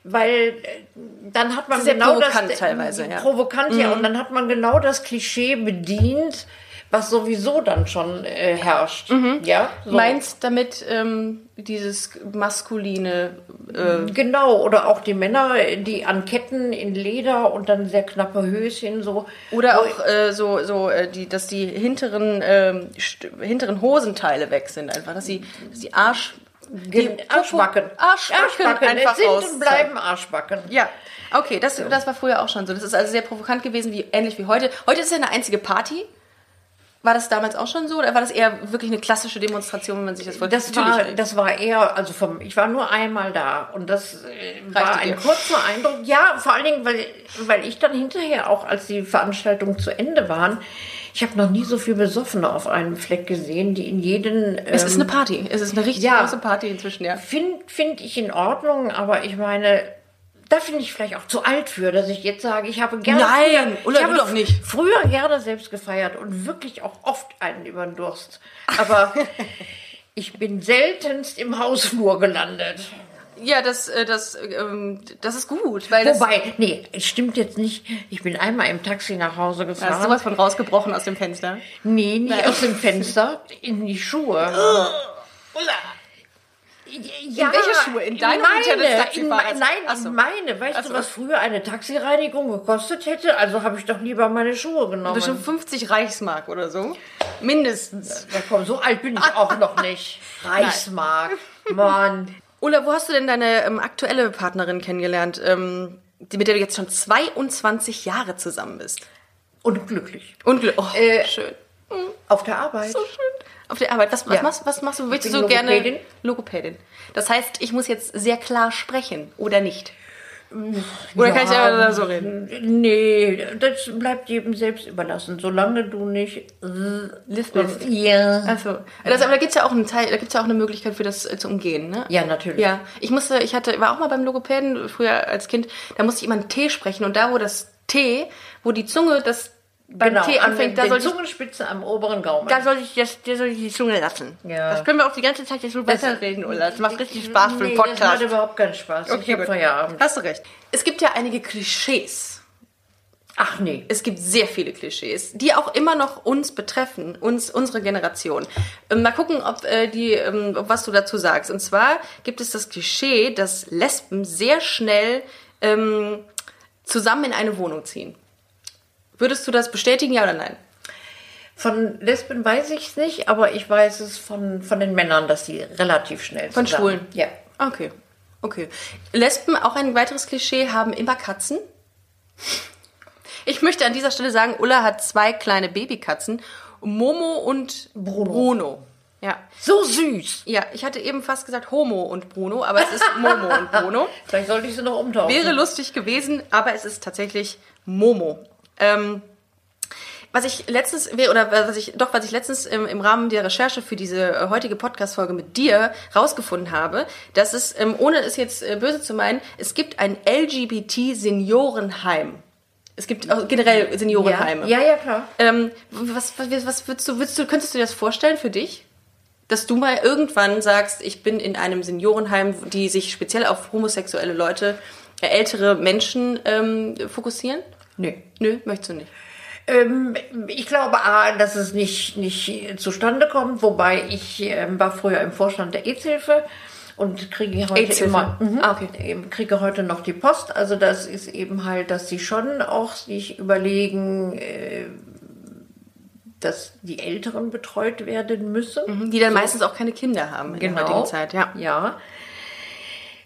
S3: Weil äh, dann hat man
S2: Sehr
S3: genau
S2: provokant
S3: das
S2: teilweise, ja. Mhm.
S3: provokant ja und dann hat man genau das Klischee bedient, was sowieso dann schon äh, herrscht.
S2: Mhm.
S3: Ja, so.
S2: Meinst damit ähm, dieses maskuline
S3: Genau, oder auch die Männer, die an Ketten in Leder und dann sehr knappe Höschen so.
S2: Oder auch äh, so, so äh, die, dass die hinteren, ähm, st- hinteren Hosenteile weg sind, einfach, dass die, dass die Arsch. Die
S3: Gen- Arschbacken.
S2: Arschbacken einfach
S3: es sind
S2: auszeigen.
S3: und bleiben Arschbacken.
S2: Ja, okay, das, das war früher auch schon so. Das ist also sehr provokant gewesen, wie, ähnlich wie heute. Heute ist ja eine einzige Party. War das damals auch schon so oder war das eher wirklich eine klassische Demonstration, wenn man sich das vorstellt?
S3: Das war, das war eher, also vom, ich war nur einmal da und das äh, war
S2: dir?
S3: ein kurzer Eindruck. Ja, vor allen Dingen, weil, weil ich dann hinterher auch, als die Veranstaltungen zu Ende waren, ich habe noch nie so viel Besoffene auf einem Fleck gesehen, die in jeden. äh,
S2: es ist eine Party. Es ist eine richtig
S3: ja.
S2: große Party inzwischen, ja.
S3: Finde find ich in Ordnung, aber ich meine, da finde ich vielleicht auch zu alt für, dass ich jetzt sage, ich habe gerne.
S2: Nein,
S3: früher,
S2: Ulla,
S3: ich
S2: du
S3: habe
S2: doch nicht.
S3: Früher gerne selbst gefeiert und wirklich auch oft einen über den Durst. Aber ich bin seltenst im Hausflur gelandet.
S2: Ja, das, äh, das, ähm, das ist gut, weil das,
S3: Wobei, nee, es stimmt jetzt nicht. Ich bin einmal im Taxi nach Hause
S2: da hast
S3: gefahren.
S2: du was von rausgebrochen aus dem Fenster.
S3: nee, nicht aus dem Fenster, in die Schuhe. Ja,
S2: In welche Schuhe? In deine und in deines
S3: meine, in me-
S2: Taxifahrers?
S3: Nein,
S2: Ach so. Also
S3: in meine. Weißt
S2: so.
S3: du, was früher eine Taxireinigung gekostet hätte? Also habe ich doch lieber meine Schuhe genommen.
S2: Bestimmt 50 Reichsmark oder so. Mindestens.
S3: Ja, komm, so alt bin ich auch noch nicht. Reichsmark. Mann.
S2: Ulla, wo hast du denn deine ähm, aktuelle Partnerin kennengelernt, ähm, die, mit der du jetzt schon 22 Jahre zusammen bist?
S3: Und glücklich.
S2: Und Glück. Oh,
S3: Äh,
S2: schön.
S3: Auf der Arbeit.
S2: So oh, schön. Auf der Arbeit. Was, was,
S3: Ja.
S2: machst, was machst du? Willst du
S3: bin
S2: so gerne
S3: Logopädin.
S2: Logopädin? Das heißt, ich muss jetzt sehr klar sprechen, oder nicht? Oder kann ich
S3: ja.
S2: Hm, ja so reden?
S3: Nee, das bleibt jedem selbst überlassen. Solange du nicht.
S2: Lispelst.
S3: Ja.
S2: Also, das, aber da gibt's ja auch einen Teil, da gibt's ja auch eine Möglichkeit für das äh, zu umgehen, ne?
S3: Ja, natürlich.
S2: Ja, ich musste, ich hatte, war auch mal beim Logopäden früher als Kind, da musste ich immer einen T sprechen und da, wo das T, wo die Zunge das beim
S3: Genau,
S2: T
S3: an
S2: anfängt, da
S3: den
S2: soll, ich,
S3: Zungenspitzen am oberen Gaumen.
S2: da soll ich das, da soll ich die Zunge lassen.
S3: Ja.
S2: Das können wir auch die ganze Zeit jetzt so besser reden, Ulla. Das macht richtig Spaß für den
S3: nee,
S2: Podcast.
S3: das macht überhaupt keinen Spaß. ich
S2: gut.
S3: habe Feierabend.
S2: Hast du recht. Es gibt ja einige Klischees.
S3: Ach nee.
S2: es gibt sehr viele Klischees, die auch immer noch uns betreffen, uns, unsere Generation. Ähm, mal gucken, ob äh, die, ähm, ob was du dazu sagst. Und zwar gibt es das Klischee, dass Lesben sehr schnell ähm, zusammen in eine Wohnung ziehen. Würdest du das bestätigen, ja oder nein?
S3: Von Lesben weiß ich es nicht, aber ich weiß es von, von den Männern, dass sie relativ schnell
S2: Von
S3: zusammen-
S2: Schwulen?
S3: Ja.
S2: Okay. Okay. Lesben, auch ein weiteres Klischee, haben immer Katzen. Ich möchte an dieser Stelle sagen, Ulla hat zwei kleine Babykatzen, Momo und Bruno. Bruno. Ja.
S3: So süß.
S2: Ja, ich hatte eben fast gesagt Homo und Bruno, aber es ist Momo und Bruno.
S3: Vielleicht sollte ich sie noch umtauschen.
S2: Wäre lustig gewesen, aber es ist tatsächlich Momo. Ähm, was ich letztens, oder was ich, doch, was ich letztens im, im Rahmen der Recherche für diese äh, heutige Podcast-Folge mit dir rausgefunden habe, dass es, ähm, ohne es jetzt äh, böse zu meinen, es gibt ein LGBT-Seniorenheim. Es gibt auch generell Seniorenheime.
S3: ja. ja, ja, klar.
S2: Ähm, was, was, was würdest du, würdest du, könntest du dir das vorstellen für dich? Dass du mal irgendwann sagst, ich bin in einem Seniorenheim, die sich speziell auf homosexuelle Leute, äh, ältere Menschen ähm, fokussieren?
S3: Nee.
S2: Nö, möchtest du nicht.
S3: Ähm, ich glaube, A, dass es nicht, nicht zustande kommt, wobei ich ähm, war früher im Vorstand der AIDS-Hilfe und kriege heute,
S2: AIDS-Hilfe.
S3: immer, mhm,
S2: Ah, okay.
S3: eben, kriege heute noch die Post. Also das ist eben halt, dass sie schon auch sich überlegen, äh, dass die Älteren betreut werden müssen.
S2: Die dann meistens auch keine Kinder haben in der heutigen Zeit, ja.
S3: Ja.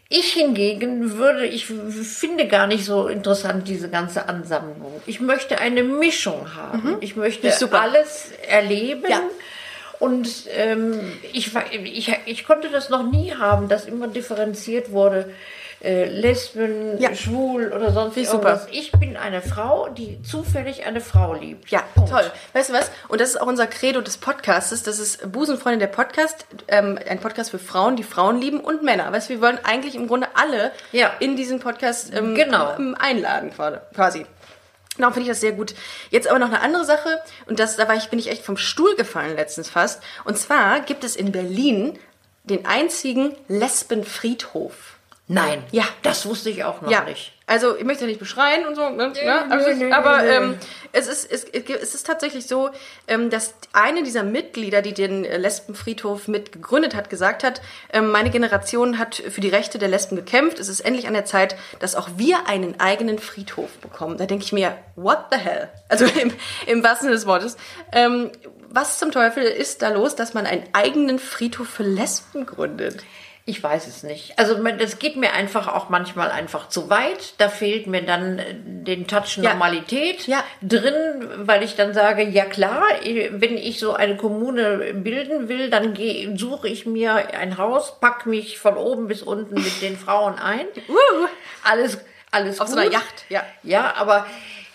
S3: Ich hingegen würde, ich finde gar nicht so interessant diese ganze Ansammlung. Ich möchte eine Mischung haben. Ich möchte
S2: Ist Mhm. super.
S3: alles erleben.
S2: Ja.
S3: Und ähm, ich, war- ich, ich konnte das noch nie haben, dass immer differenziert wurde. Äh, Lesben,
S2: Ja.
S3: schwul oder sonst
S2: ich super.
S3: irgendwas. Ich bin eine Frau, die zufällig eine Frau liebt.
S2: Ja,
S3: Punkt.
S2: toll. Weißt du was? Und das ist auch unser Credo des Podcastes. Das ist Busenfreunde der Podcast. Ähm, ein Podcast für Frauen, die Frauen lieben und Männer. Weißt du, wir wollen eigentlich im Grunde alle
S3: Ja.
S2: in diesen Podcast ähm,
S3: Genau.
S2: ähm, einladen quasi- quasi. Darum finde ich das sehr gut. Jetzt aber noch eine andere Sache. Und das, da war ich, bin ich echt vom Stuhl gefallen letztens fast. Und zwar gibt es in Berlin den einzigen Lesbenfriedhof.
S3: Nein,
S2: Ja.
S3: das wusste ich auch noch
S2: Ja,
S3: nicht.
S2: also ich möchte ja nicht beschreien und so, ne? ne?
S3: nö,
S2: Also,
S3: nö,
S2: aber
S3: nö.
S2: ähm, es, ist, es, es ist tatsächlich so, ähm, dass eine dieser Mitglieder, die den äh, Lesbenfriedhof mit gegründet hat, gesagt hat, ähm, meine Generation hat für die Rechte der Lesben gekämpft, es ist endlich an der Zeit, dass auch wir einen eigenen Friedhof bekommen. Da denke ich mir, what the hell? Also im, im wahrsten Sinne des Wortes. Ähm, was zum Teufel ist da los, dass man einen eigenen Friedhof für Lesben gründet?
S3: Ich weiß es nicht. Also man- das geht mir einfach auch manchmal einfach zu weit. Da fehlt mir dann äh, den Touch
S2: Ja.
S3: Normalität
S2: Ja.
S3: drin, weil ich dann sage, ja klar, eh, wenn ich so eine Kommune bilden will, dann geh- suche ich mir ein Haus, pack mich von oben bis unten mit den Frauen ein. Alles, alles
S2: Auf so
S3: gut.
S2: einer Yacht, ja.
S3: Ja, aber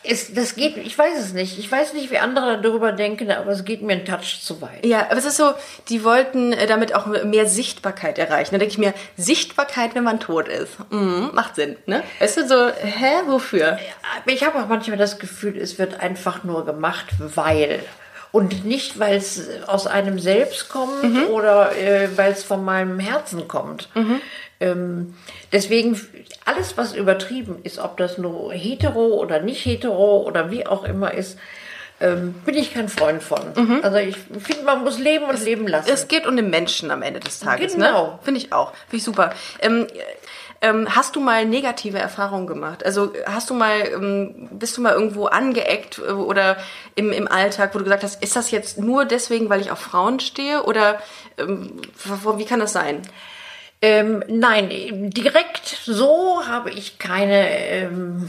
S3: es, das geht, ich weiß es nicht. Ich weiß nicht, wie andere darüber denken, aber es geht mir ein Touch zu weit.
S2: Ja, aber es ist so, die wollten äh, damit auch mehr Sichtbarkeit erreichen. Da denke ich mir, Sichtbarkeit, wenn man tot ist. Mhm, macht Sinn, ne? Weißt du, so, hä, wofür?
S3: Aber ich habe auch manchmal das Gefühl, es wird einfach nur gemacht, weil. Und nicht, weil es aus einem selbst kommt
S2: Mhm.
S3: oder äh, weil es von meinem Herzen kommt. Ähm, deswegen, alles, was übertrieben ist, ob das nur hetero oder nicht hetero oder wie auch immer ist, ähm, bin ich kein Freund von. Also ich finde, man muss leben und leben lassen.
S2: Mhm. Es geht um den Menschen am Ende des Tages, ne?
S3: Genau.
S2: Finde ich auch. Finde ich super. Ähm, ähm, hast du mal negative Erfahrungen gemacht? Also hast du mal, ähm, bist du mal irgendwo angeeckt äh, oder im, im Alltag, wo du gesagt hast, ist das jetzt nur deswegen, weil ich auf Frauen stehe? Oder ähm, wie kann das sein?
S3: Ähm, nein, direkt so habe ich keine ähm,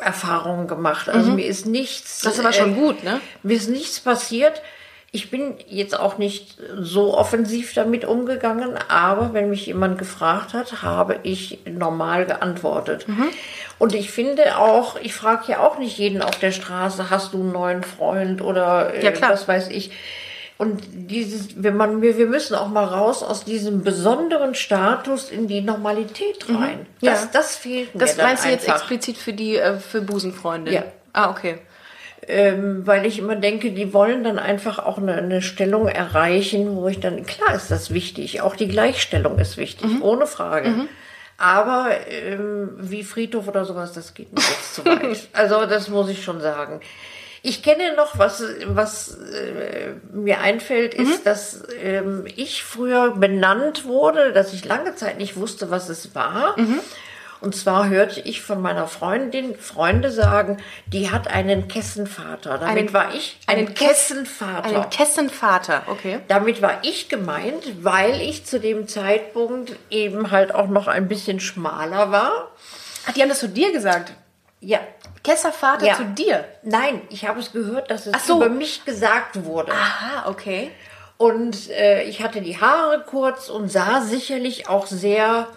S3: Erfahrungen gemacht. Also mir ist nichts.
S2: Mhm.
S3: äh,
S2: Das ist aber schon gut, ne?
S3: Mir ist nichts passiert. Ich bin jetzt auch nicht so offensiv damit umgegangen, aber wenn mich jemand gefragt hat, habe ich normal geantwortet.
S2: Mhm.
S3: Und ich finde auch, ich frage ja auch nicht jeden auf der Straße, hast du einen neuen Freund oder äh,
S2: Ja, klar.
S3: was weiß ich. Und dieses, wenn man, wir, wir müssen auch mal raus aus diesem besonderen Status in die Normalität rein.
S2: Mhm. Ja.
S3: Das, das fehlt mir.
S2: Das
S3: dann
S2: meinst du jetzt
S3: einfach.
S2: explizit für die, äh, für Busenfreunde?
S3: Ja.
S2: Ah, okay.
S3: Ähm, weil ich immer denke, die wollen dann einfach auch eine, eine Stellung erreichen, wo ich dann, klar ist das wichtig, auch die Gleichstellung ist wichtig,
S2: Mhm.
S3: ohne Frage. Aber ähm, wie Friedhof oder sowas, das geht mir jetzt zu weit. Also das muss ich schon sagen. Ich kenne noch, was, was äh, mir einfällt, ist,
S2: Mhm.
S3: dass ähm, ich früher benannt wurde, dass ich lange Zeit nicht wusste, was es war.
S2: Mhm.
S3: Und zwar hörte ich von meiner Freundin Freunde sagen, die hat einen Kessenvater. Damit
S2: Einen-
S3: war ich
S2: einen
S3: ein
S2: Kess-
S3: Kessenvater.
S2: Einen Kessenvater, okay.
S3: damit war ich gemeint, weil ich zu dem Zeitpunkt eben halt auch noch ein bisschen schmaler war.
S2: Ach, die haben das zu dir gesagt.
S3: Ja.
S2: Kesservater
S3: Ja.
S2: zu dir.
S3: Nein, ich habe es gehört, dass es
S2: Ach so.
S3: über mich gesagt wurde.
S2: Aha, Ah, okay.
S3: Und äh, ich hatte die Haare kurz und sah sicherlich auch sehr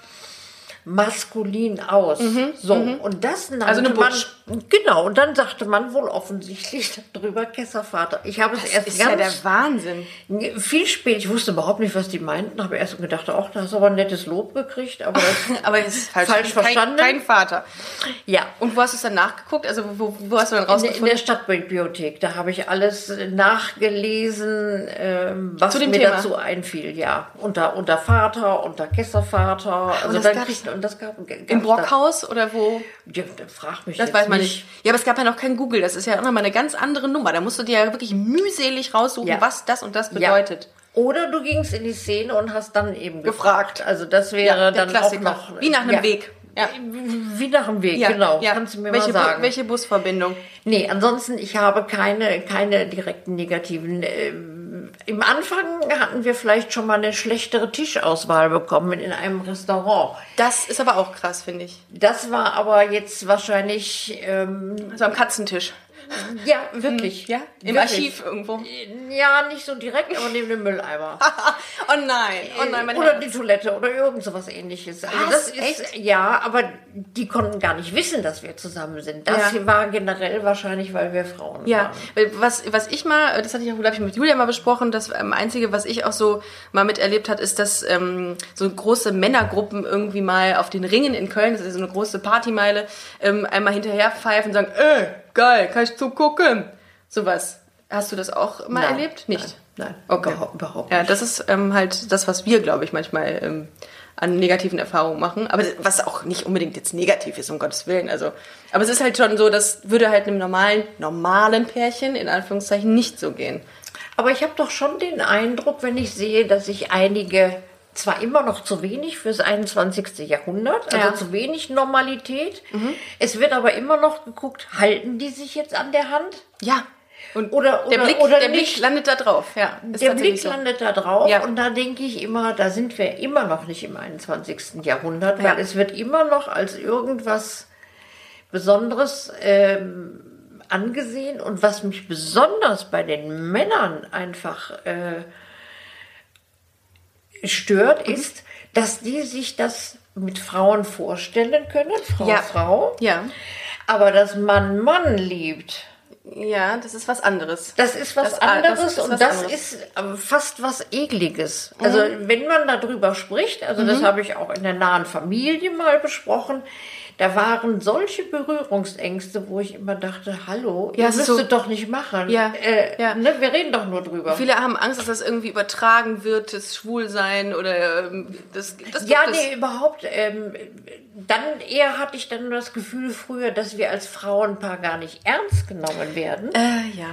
S3: maskulin aus. so, und das nannte
S2: Mhm, Also eine
S3: man...
S2: Butch.
S3: Genau, und dann sagte man wohl offensichtlich darüber Kesservater. Ich habe es
S2: Das
S3: erst
S2: ist ja der
S3: ganz
S2: Wahnsinn.
S3: viel spät, ich wusste überhaupt nicht, was die meinten, habe erst gedacht, ach, da hast du aber ein nettes Lob gekriegt, aber das,
S2: Aber es ist falsch,
S3: Falsch verstanden?
S2: Kein, kein Vater.
S3: ja.
S2: Und wo hast du es dann nachgeguckt? Also wo, wo hast du dann
S3: In der- in
S2: rausgefunden?
S3: der Stadtbibliothek, da habe ich alles äh, nachgelesen, ähm, was
S2: Zu dem
S3: mir
S2: Thema.
S3: dazu einfiel, ja. Unter, unter Vater, unter Kesservater, also
S2: das
S3: dann
S2: gab's-
S3: kriegt, und das gab, gab's
S2: Im Brockhaus oder wo?
S3: Da, ja, da frag mich
S2: Das
S3: jetzt
S2: weiß man
S3: nicht.
S2: nicht. Ja, aber es gab ja noch kein Google. Das ist ja auch nochmal eine ganz andere Nummer. Da musst du dir ja wirklich mühselig raussuchen,
S3: Ja.
S2: was das und das
S3: Ja.
S2: bedeutet.
S3: Oder du gingst in die Szene und hast dann eben
S2: Gefragt.
S3: gefragt. Also das wäre
S2: Ja, der
S3: dann
S2: Klassiker.
S3: auch noch
S2: Wie nach einem
S3: ja.
S2: Weg. Ja.
S3: Wie nach dem Weg,
S2: Ja,
S3: genau.
S2: ja.
S3: Kannst du mir
S2: welche,
S3: mal sagen.
S2: Bu- welche Busverbindung?
S3: Nee, ansonsten, ich habe keine, keine direkten negativen. ähm, Im Anfang hatten wir vielleicht schon mal eine schlechtere Tischauswahl bekommen in einem Restaurant.
S2: Das ist aber auch krass, finde ich.
S3: Das war aber jetzt wahrscheinlich, ähm,
S2: So am Katzentisch.
S3: Ja, wirklich.
S2: Hm, Ja? Im
S3: Wirklich.
S2: Archiv irgendwo.
S3: Ja, nicht so direkt, aber neben dem Mülleimer.
S2: Oh nein, oh nein, mein
S3: oder
S2: Herz.
S3: die Toilette oder irgend sowas ähnliches. Also
S2: Was?
S3: das ist, Ja, aber die konnten gar nicht wissen, dass wir zusammen sind. Das
S2: Ja.
S3: hier war generell wahrscheinlich, weil wir Frauen
S2: Ja,
S3: waren.
S2: weil was, was ich mal, das hatte ich auch, glaube ich, mit Julia mal besprochen, das ähm, Einzige, was ich auch so mal miterlebt hat, ist, dass ähm, so große Männergruppen irgendwie mal auf den Ringen in Köln, das ist so eine große Partymeile, ähm, einmal hinterher pfeifen und sagen, äh, geil, kann ich zugucken. Sowas. Hast du das auch mal
S3: Nein,
S2: erlebt? Nicht.
S3: nein, nein,
S2: okay.
S3: überhaupt- überhaupt
S2: Ja, das ist ähm, halt das, was wir, glaube ich, manchmal ähm, an negativen Erfahrungen machen. Aber was auch nicht unbedingt jetzt negativ ist, um Gottes Willen. Also, aber es ist halt schon so, das würde halt einem normalen, normalen Pärchen in Anführungszeichen nicht so gehen.
S3: Aber ich habe doch schon den Eindruck, wenn ich sehe, dass sich einige zwar immer noch zu wenig fürs 21. Jahrhundert, also
S2: Ja.
S3: zu wenig Normalität. Es wird aber immer noch geguckt, halten die sich jetzt an der Hand?
S2: Ja. Und
S3: Oder-
S2: der,
S3: oder-
S2: Blick,
S3: oder
S2: der Blick
S3: nicht.
S2: landet da drauf. Ja, ist
S3: der
S2: tatsächlich
S3: Blick
S2: so.
S3: landet da drauf
S2: Ja.
S3: und da denke ich immer, da sind wir immer noch nicht im 21. Jahrhundert, weil
S2: Ja.
S3: es wird immer noch als irgendwas Besonderes ähm, angesehen und was mich besonders bei den Männern einfach äh,
S2: Mhm.
S3: stört, ist, dass die sich das mit Frauen vorstellen können, Frau,
S2: Ja.
S3: Frau,
S2: Ja.
S3: aber dass man Mann liebt.
S2: Ja, das ist was anderes.
S3: Das ist was
S2: Das- ah, das
S3: anderes
S2: ist
S3: und
S2: was
S3: das
S2: anderes. Mhm.
S3: ist ähm, fast was Ekliges. Also wenn man darüber spricht, also das habe ich auch in der nahen Familie mal besprochen, da waren solche Berührungsängste, wo ich immer dachte, hallo,
S2: Ja,
S3: ihr
S2: es ist
S3: müsstet
S2: so-
S3: doch nicht machen.
S2: Ja,
S3: Äh,
S2: ja.
S3: Ne, wir reden doch nur drüber.
S2: Viele haben Angst, dass das irgendwie übertragen wird, das Schwulsein oder ähm, das, das
S3: ja,
S2: gibt es.
S3: nee, überhaupt. Ähm, dann eher hatte ich dann das Gefühl früher, dass wir als Frauenpaar gar nicht ernst genommen werden.
S2: Äh, ja.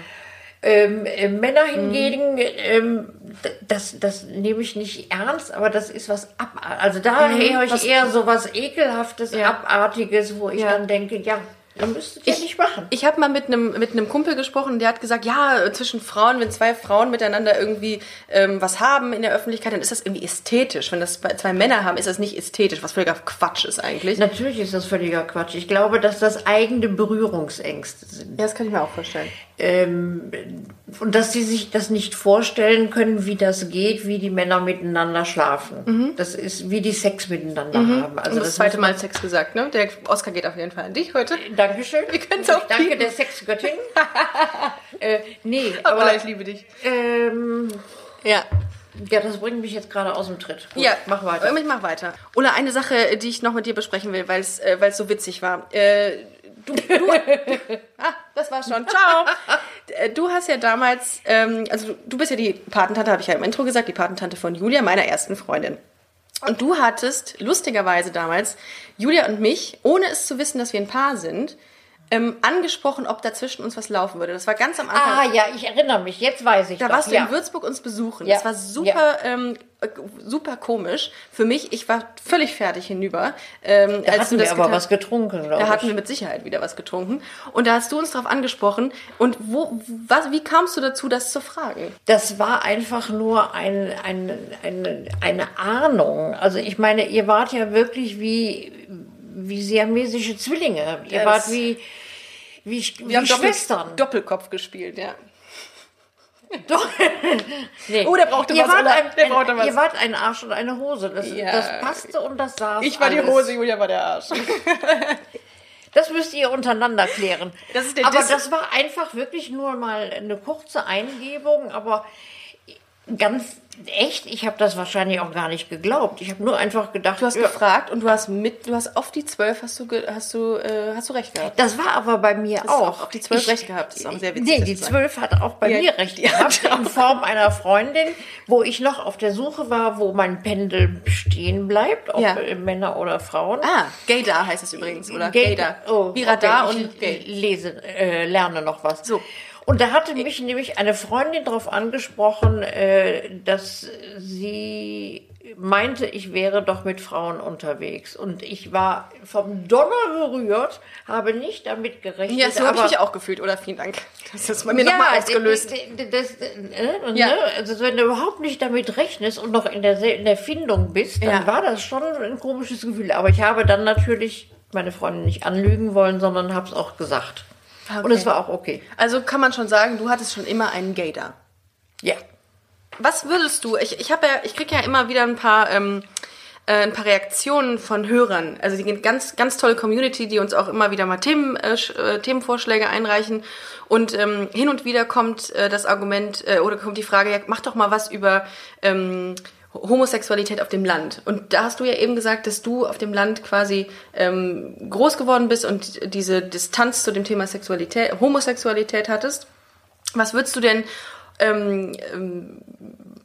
S3: Ähm, äh, Männer hingegen, ähm, d- das, das nehme ich nicht ernst, aber das ist was ab, also da höre ich
S2: was-
S3: eher so was ekelhaftes, abartiges, wo ich
S2: Ja.
S3: dann denke, ja, ihr müsstet ja nicht machen.
S2: Ich habe mal mit einem mit einem Kumpel gesprochen, der hat gesagt, ja, zwischen Frauen, wenn zwei Frauen miteinander irgendwie ähm, was haben in der Öffentlichkeit, dann ist das irgendwie ästhetisch. Wenn das zwei- zwei Männer haben, ist das nicht ästhetisch, was völliger Quatsch ist eigentlich. Ja,
S3: Natürlich ist das völliger Quatsch. Ich glaube, dass das eigene Berührungsängste sind.
S2: das kann ich mir auch vorstellen.
S3: Ähm, und dass sie sich das nicht vorstellen können, wie das geht, wie die Männer miteinander schlafen. Das ist, wie die Sex miteinander
S2: Also
S3: haben. Also
S2: das,
S3: Mhm. das
S2: zweite Mal Sex gesagt, ne? Der Oscar geht auf jeden Fall an dich heute.
S3: Dankeschön. Wir
S2: können's auch
S3: Danke
S2: piepen.
S3: der Sexgöttin. äh, nee,
S2: Aber,
S3: aber
S2: ich liebe dich.
S3: ähm,
S2: Ja.
S3: ja, das bringt mich jetzt gerade aus dem Tritt. Gut,
S2: Ja,
S3: mach weiter.
S2: Ich mach weiter. Ulla, eine Sache, die ich noch mit dir besprechen will, weil es äh, weil es so witzig war. Äh, du, du, ah, das war schon. Ciao. Äh, Du hast ja damals, ähm, also du, du bist ja die Patentante, habe ich ja im Intro gesagt, die Patentante von Julia, meiner ersten Freundin. Und du hattest lustigerweise damals Julia und mich, ohne es zu wissen, dass wir ein Paar sind, ähm, angesprochen, ob dazwischen uns was laufen würde. Das war ganz am Anfang.
S3: Ah ja, ich erinnere mich. Jetzt weiß ich.
S2: Da
S3: doch,
S2: warst du
S3: ja.
S2: in Würzburg uns besuchen.
S3: Ja.
S2: Das war super, ähm, äh, super komisch für mich. Ich war völlig fertig hinüber. Ähm,
S3: Da
S2: als du
S3: hatten wir
S2: das
S3: aber
S2: getan-
S3: was getrunken, glaube
S2: Da
S3: ich.
S2: hatten wir mit Sicherheit wieder was getrunken. Und da hast du uns drauf angesprochen. Und wo, was, wie kamst du dazu, das zu fragen?
S3: Das war einfach nur ein, ein, eine, eine Ahnung. Also ich meine, ihr wart ja wirklich wie, wie siamesische Zwillinge. Ihr
S2: Ja,
S3: wart
S2: das-
S3: wie, wie, wie Schwestern.
S2: Doppelkopf gespielt, ja.
S3: Doch. nee.
S2: Oh, der brauchte
S3: ihr
S2: was,
S3: Wart
S2: Ulla.
S3: ein,
S2: Der brauchte was.
S3: Ihr wart ein Arsch und eine Hose. Das,
S2: Ja.
S3: das passte und das saß
S2: Ich war
S3: alles.
S2: die Hose, Julia war der Arsch.
S3: Das müsst ihr untereinander klären.
S2: Das ist der
S3: aber
S2: Dis-
S3: das war einfach wirklich nur mal eine kurze Eingebung, aber ganz echt, ich habe das wahrscheinlich auch gar nicht geglaubt. Ich habe nur einfach gedacht,
S2: Du hast
S3: ja.
S2: gefragt und du hast mit, du hast auf die zwölf hast du, ge- hast du, äh, hast du recht gehabt.
S3: das war aber bei mir
S2: ist
S3: auch.
S2: auch auf die 12
S3: Ich-
S2: recht gehabt. Das ist auch sehr witzig,
S3: Nee,
S2: das
S3: die
S2: zu sagen.
S3: 12 hat auch bei
S2: Ja,
S3: mir recht
S2: die
S3: gehabt. In Form einer Freundin, wo ich noch auf der Suche war, wo mein Pendel stehen bleibt, ob
S2: Ja.
S3: äh, Männer oder Frauen.
S2: Ah, Gaydar heißt es übrigens, oder?
S3: Gator. Oh,
S2: Wie Radar
S3: okay.
S2: und
S3: ich
S2: Gay.
S3: lese, äh, lerne noch was.
S2: So.
S3: Und da hatte mich nämlich eine Freundin darauf angesprochen, äh, dass sie meinte, ich wäre doch mit Frauen unterwegs. Und ich war vom Donner gerührt, habe nicht damit gerechnet.
S2: Ja, so habe ich
S3: aber-
S2: mich auch also gefühlt, oder? Vielen Dank. Das ist bei mir
S3: ja,
S2: nochmal ausgelöst.
S3: d- d- Das, äh, ne?
S2: Ja.
S3: Also wenn du überhaupt nicht damit rechnest und noch in der, Se- in der Findung bist, dann
S2: Ja.
S3: war das schon ein komisches Gefühl. Aber ich habe dann natürlich meine Freundin nicht anlügen wollen, sondern habe es auch gesagt. Und
S2: Okay.
S3: es war auch okay.
S2: Also kann man schon sagen, du hattest schon immer einen Gator.
S3: Ja.
S2: Was würdest du? Ich, ich habe ja, ich krieg ja immer wieder ein paar, ähm, äh, ein paar Reaktionen von Hörern. Also die ganz, ganz tolle Community, die uns auch immer wieder mal Themen, äh, sch- äh, Themenvorschläge einreichen. Und ähm, hin und wieder kommt äh, das Argument äh, oder kommt die Frage, ja, mach doch mal was über ähm, Homosexualität auf dem Land. Und da hast du ja eben gesagt, dass du auf dem Land quasi ähm, groß geworden bist und diese Distanz zu dem Thema Sexualität, Homosexualität hattest. Was würdest du denn ähm, ähm,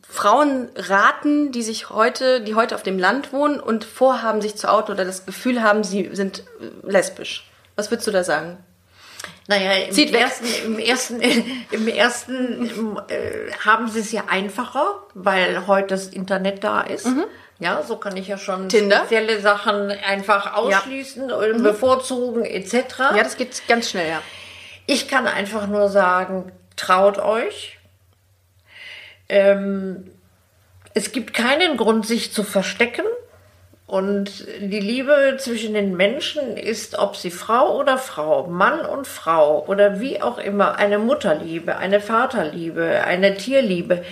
S2: Frauen raten, die sich heute, die heute auf dem Land wohnen und vorhaben, sich zu outen oder das Gefühl haben, sie sind äh, lesbisch? Was würdest du da sagen?
S3: Naja, im
S2: Zieht weg.
S3: ersten, im ersten, im ersten im, äh, haben sie es ja einfacher, weil heute das Internet da ist. Ja, so kann ich ja schon
S2: Mhm. Tinder? Mhm.
S3: spezielle Sachen einfach ausschließen, oder bevorzugen etc.
S2: Ja, das geht ganz schnell, ja.
S3: Ich kann einfach nur sagen, traut euch. Ähm, es gibt keinen Grund, sich zu verstecken. Und die Liebe zwischen den Menschen ist, ob sie Frau oder Frau, Mann und Frau oder wie auch immer, eine Mutterliebe, eine Vaterliebe, eine Tierliebe.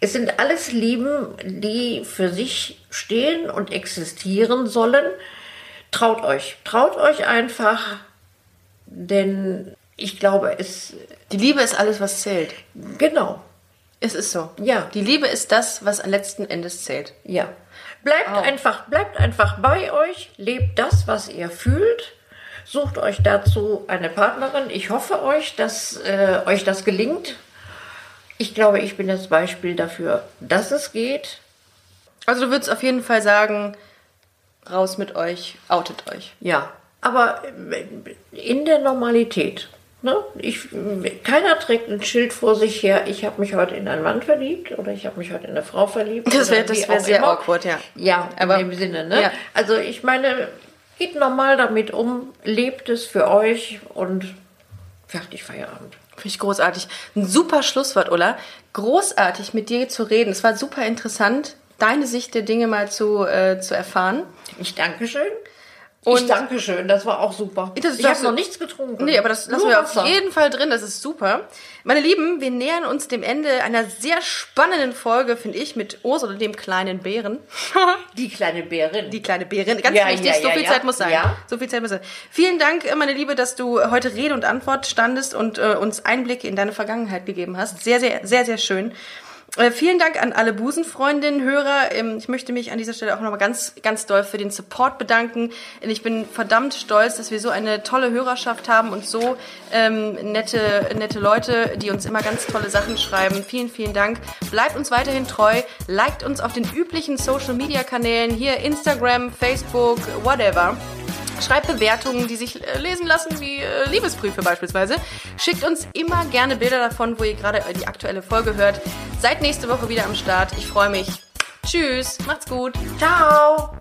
S3: Es sind alles Lieben, die für sich stehen und existieren sollen. Traut euch, traut euch einfach, denn ich glaube, es,
S2: Die Liebe ist alles, was zählt.
S3: genau,
S2: Es ist so.
S3: Ja.
S2: Die Liebe ist das, was am letzten Endes zählt.
S3: ja. Bleibt einfach, bleibt einfach bei euch, lebt das, was ihr fühlt, sucht euch dazu eine Partnerin. Ich hoffe euch, dass äh, euch das gelingt. Ich glaube, ich bin das Beispiel dafür, dass es geht.
S2: Also du würdest auf jeden Fall sagen, raus mit euch, outet euch.
S3: Ja, aber äh, in der Normalität. Ne? Ich, keiner trägt ein Schild vor sich her, ich habe mich heute in einen Mann verliebt oder ich habe mich heute in eine Frau verliebt.
S2: Das wäre
S3: oder wie
S2: das wär
S3: auch
S2: sehr
S3: immer.
S2: awkward, ja.
S3: Ja,
S2: Aber-
S3: in dem Sinne. Ne?
S2: ja.
S3: Also ich meine, geht normal damit um, lebt es für euch und fertig Feierabend.
S2: Finde ich großartig. Ein super Schlusswort, Ulla. Großartig, mit dir zu reden. Es war super interessant, deine Sicht der Dinge mal zu, äh, zu erfahren.
S3: Ich danke schön. ich
S2: Und-
S3: danke schön, das war auch super.
S2: Das-
S3: ich
S2: das-
S3: habe noch nichts getrunken.
S2: Nee, aber das lassen
S3: Nur
S2: wir auf
S3: Wasser.
S2: jeden Fall drin. Das ist super. Meine Lieben, wir nähern uns dem Ende einer sehr spannenden Folge, finde ich, mit Ursula, dem kleinen Bären.
S3: Die kleine Bärin.
S2: Die kleine Bärin. Ganz
S3: Ja,
S2: wichtig,
S3: ja,
S2: so
S3: ja,
S2: viel
S3: ja.
S2: Zeit muss sein.
S3: Ja.
S2: So viel Zeit muss sein. Vielen Dank, äh, meine Liebe, dass du heute Rede und Antwort standest und äh, uns Einblicke in deine Vergangenheit gegeben hast. Sehr, sehr, sehr, sehr schön. Äh, vielen Dank an alle Busenfreundinnen, Hörer. Ähm, ich möchte mich an dieser Stelle auch nochmal ganz, ganz doll für den Support bedanken. Und Ich bin verdammt stolz, dass wir so eine tolle Hörerschaft haben und so ähm, nette, nette Leute, die uns immer ganz tolle Sachen schreiben. Vielen, vielen Dank. Bleibt uns weiterhin treu. Liked uns auf den üblichen Social Media Kanälen, hier Instagram, Facebook, whatever. Schreibt Bewertungen, die sich äh, lesen lassen, wie äh, Liebesbriefe beispielsweise. Schickt uns immer gerne Bilder davon, wo ihr gerade äh, die aktuelle Folge hört. Seid nächste Woche wieder am Start. Ich freue mich. Tschüss, macht's gut.
S3: Ciao.